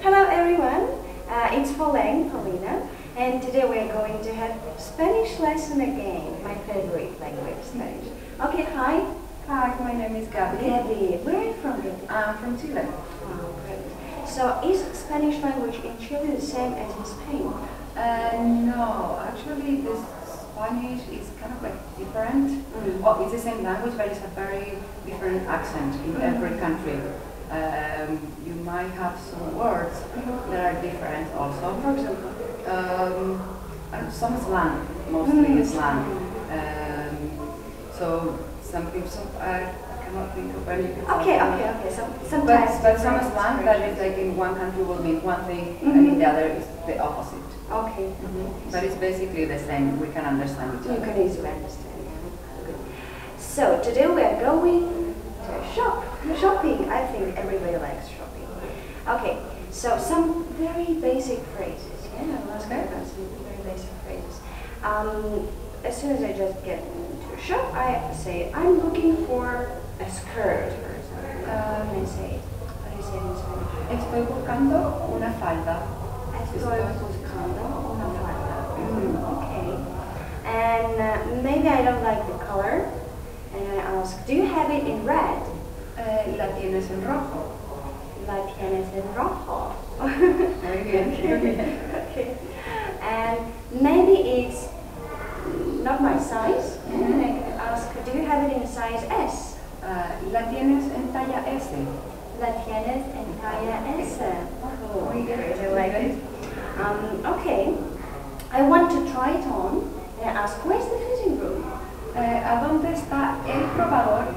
Hello everyone, uh, it's Pauline, Paulina, and today we're going to have Spanish lesson again, my favorite language, Spanish. Okay, hi, Hi, my name is Gabi. Gabby, where are you from? Gabby? I'm Uh, from Chile. Oh, great. So is Spanish language in Chile the same as in Spain? Uh, no, actually, this Spanish is kind of like different. Mm. Well, it's the same language, but it's a very different accent in Mm. every country. Um, you might have some words that are different also. For example, um, I don't know, some slang, mostly Mm. slang. Um, so some people, some, I cannot think of any. Okay, okay, okay, so But, sometimes... but some different slang that is like in one country will mean one thing and Mm-hmm. in the other is the opposite. Okay, But it's basically the same. We can understand each Mm-hmm. you other. can easily understand, yeah. Good. So today we're going to a shop, shopping, I think everybody likes shopping. Okay, so some very basic phrases, yeah, I was Okay. about some very basic phrases. Um, as soon as I just get into a shop, I say, I'm looking for a skirt or something. Um, I say, what do you say in Spanish? Estoy buscando una falda. Estoy buscando una falda. Okay. And uh, maybe I don't like the color. And I ask, do you have it in red? Uh, Eh, la tienes en rojo. La tienes en rojo. Muy bien, muy bien. okay. And maybe it's not my size. And I can ask, do you have it in size S? Ah, la tienes en talla S. La tienes en talla S. Oh, Muy bien. great, I like it. Um, okay. I want to try it on. And I ask, where's the fitting room? Eh, ¿A dónde está el probador?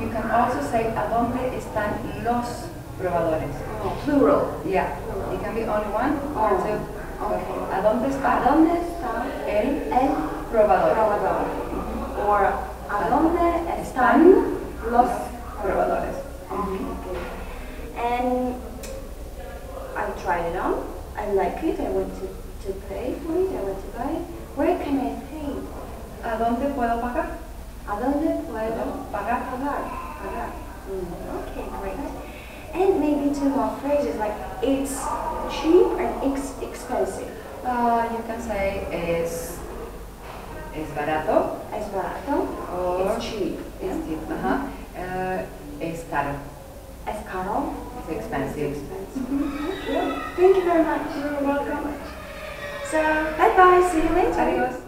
You can also say, ¿a dónde están los probadores? Oh, plural. Yeah, it can be only one or Oh, two. okay. ¿A dónde está? ¿A dónde está El el probador. probador? Or ¿A dónde están los probadores? probadores. Okay. And I tried it on. I like it. I want to, to pay for it. I want to buy it. Where can I pay? ¿A dónde puedo pagar? ¿A dónde puedo? Pagar, pagar, pagar. Mm, okay, great. And maybe two more phrases like it's cheap and it's expensive. Uh, you can say es, es barato Es barato. o It's cheap. es cheap. ajá. Eh, es caro, Es caro. es expensive. Thank you very much. You're welcome. So, bye bye. See you later. Adiós.